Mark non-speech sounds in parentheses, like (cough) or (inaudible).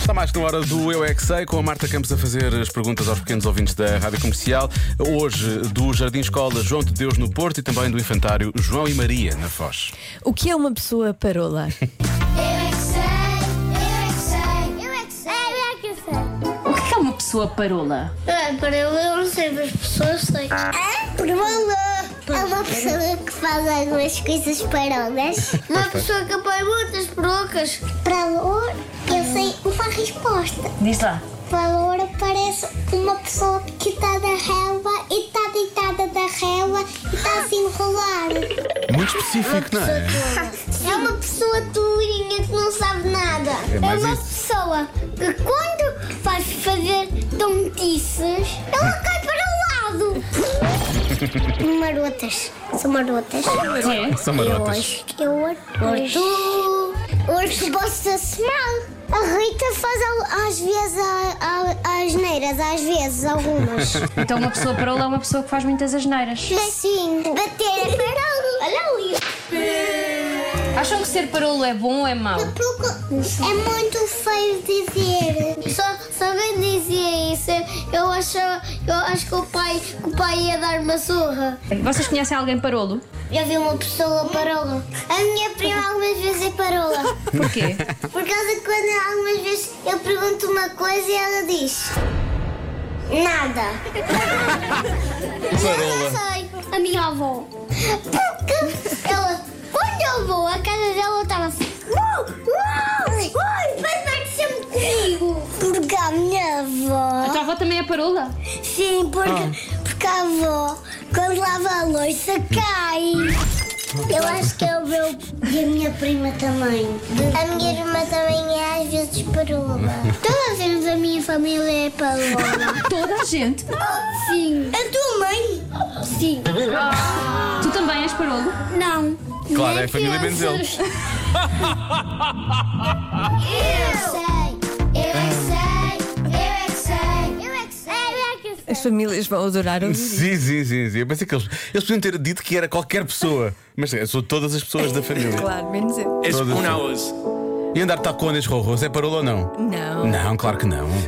Está mais na hora do Eu é que Sei, com a Marta Campos a fazer as perguntas aos pequenos ouvintes da Rádio Comercial. Hoje, do Jardim Escola João de Deus no Porto e também do Infantário João e Maria na Foz. O que é uma pessoa parola? Eu é que sei, eu é que sei, eu é que sei, eu é que sei. O que é uma pessoa parola? É, para eu, eu não sei, mas pessoas sei. É? Parola! É uma pessoa que faz algumas coisas parolas. Uma pessoa que põe muitas perucas. Parolor, eu sei uma resposta. Diz lá. Valor parece uma pessoa que está da relva e está deitada da relva e está a se enrolar. Muito específico, não é? É uma pessoa durinha que não sabe nada. É É, mais uma isso. pessoa que quando vai fazer tontices, ela cai para o (laughs) lado. marotas. São marotas. É. São marotas. Eu é orto. Orto posso-se mal. A Rita faz al- às vezes a- a- as neiras, às vezes (laughs) algumas. Então uma pessoa parola é uma pessoa que faz muitas asneiras. Sim, bater é parado. Olha ali. Acham que ser parolo é bom ou é mau? Porque é muito feio dizer. Só sabem dizer isso. Eu acho, eu acho que, o pai, que o pai ia dar uma surra. Vocês conhecem alguém parolo? Já vi uma pessoa parola. A minha prima algumas vezes é parola. Porquê? Por causa que quando algumas vezes eu pergunto uma coisa e ela diz. Nada. Eu Parola. sei, a minha avó. Porque ela, quando eu vou, a casa dela estava assim. Uau, uau, uau, vai estar sempre comigo. Porque a minha A avó. tua avó também é parola? Sim, porque, Ah. porque a avó, quando lava a louça, cai. Eu acho que é o meu. E a minha prima também. A minha irmã também é às vezes parola. Todas as da minha família é parola. Toda a gente. Sim. A tua mãe? Sim. Tu também és parolo? Não. Claro, é a família Menzel. Eu sei, Hum. eu é que sei, eu é que sei, eu é que sei, eu é que sei. As famílias vão adorar ouvir. isto. Sim, sim, sim, sim. Eu pensei que eles, eles podiam ter dito que era qualquer pessoa, mas sim, são todas as pessoas da família. Claro, menos eu. Es Todo una sí. voz. E andar tacones rorros é parola ou não? Não. Não, claro que não.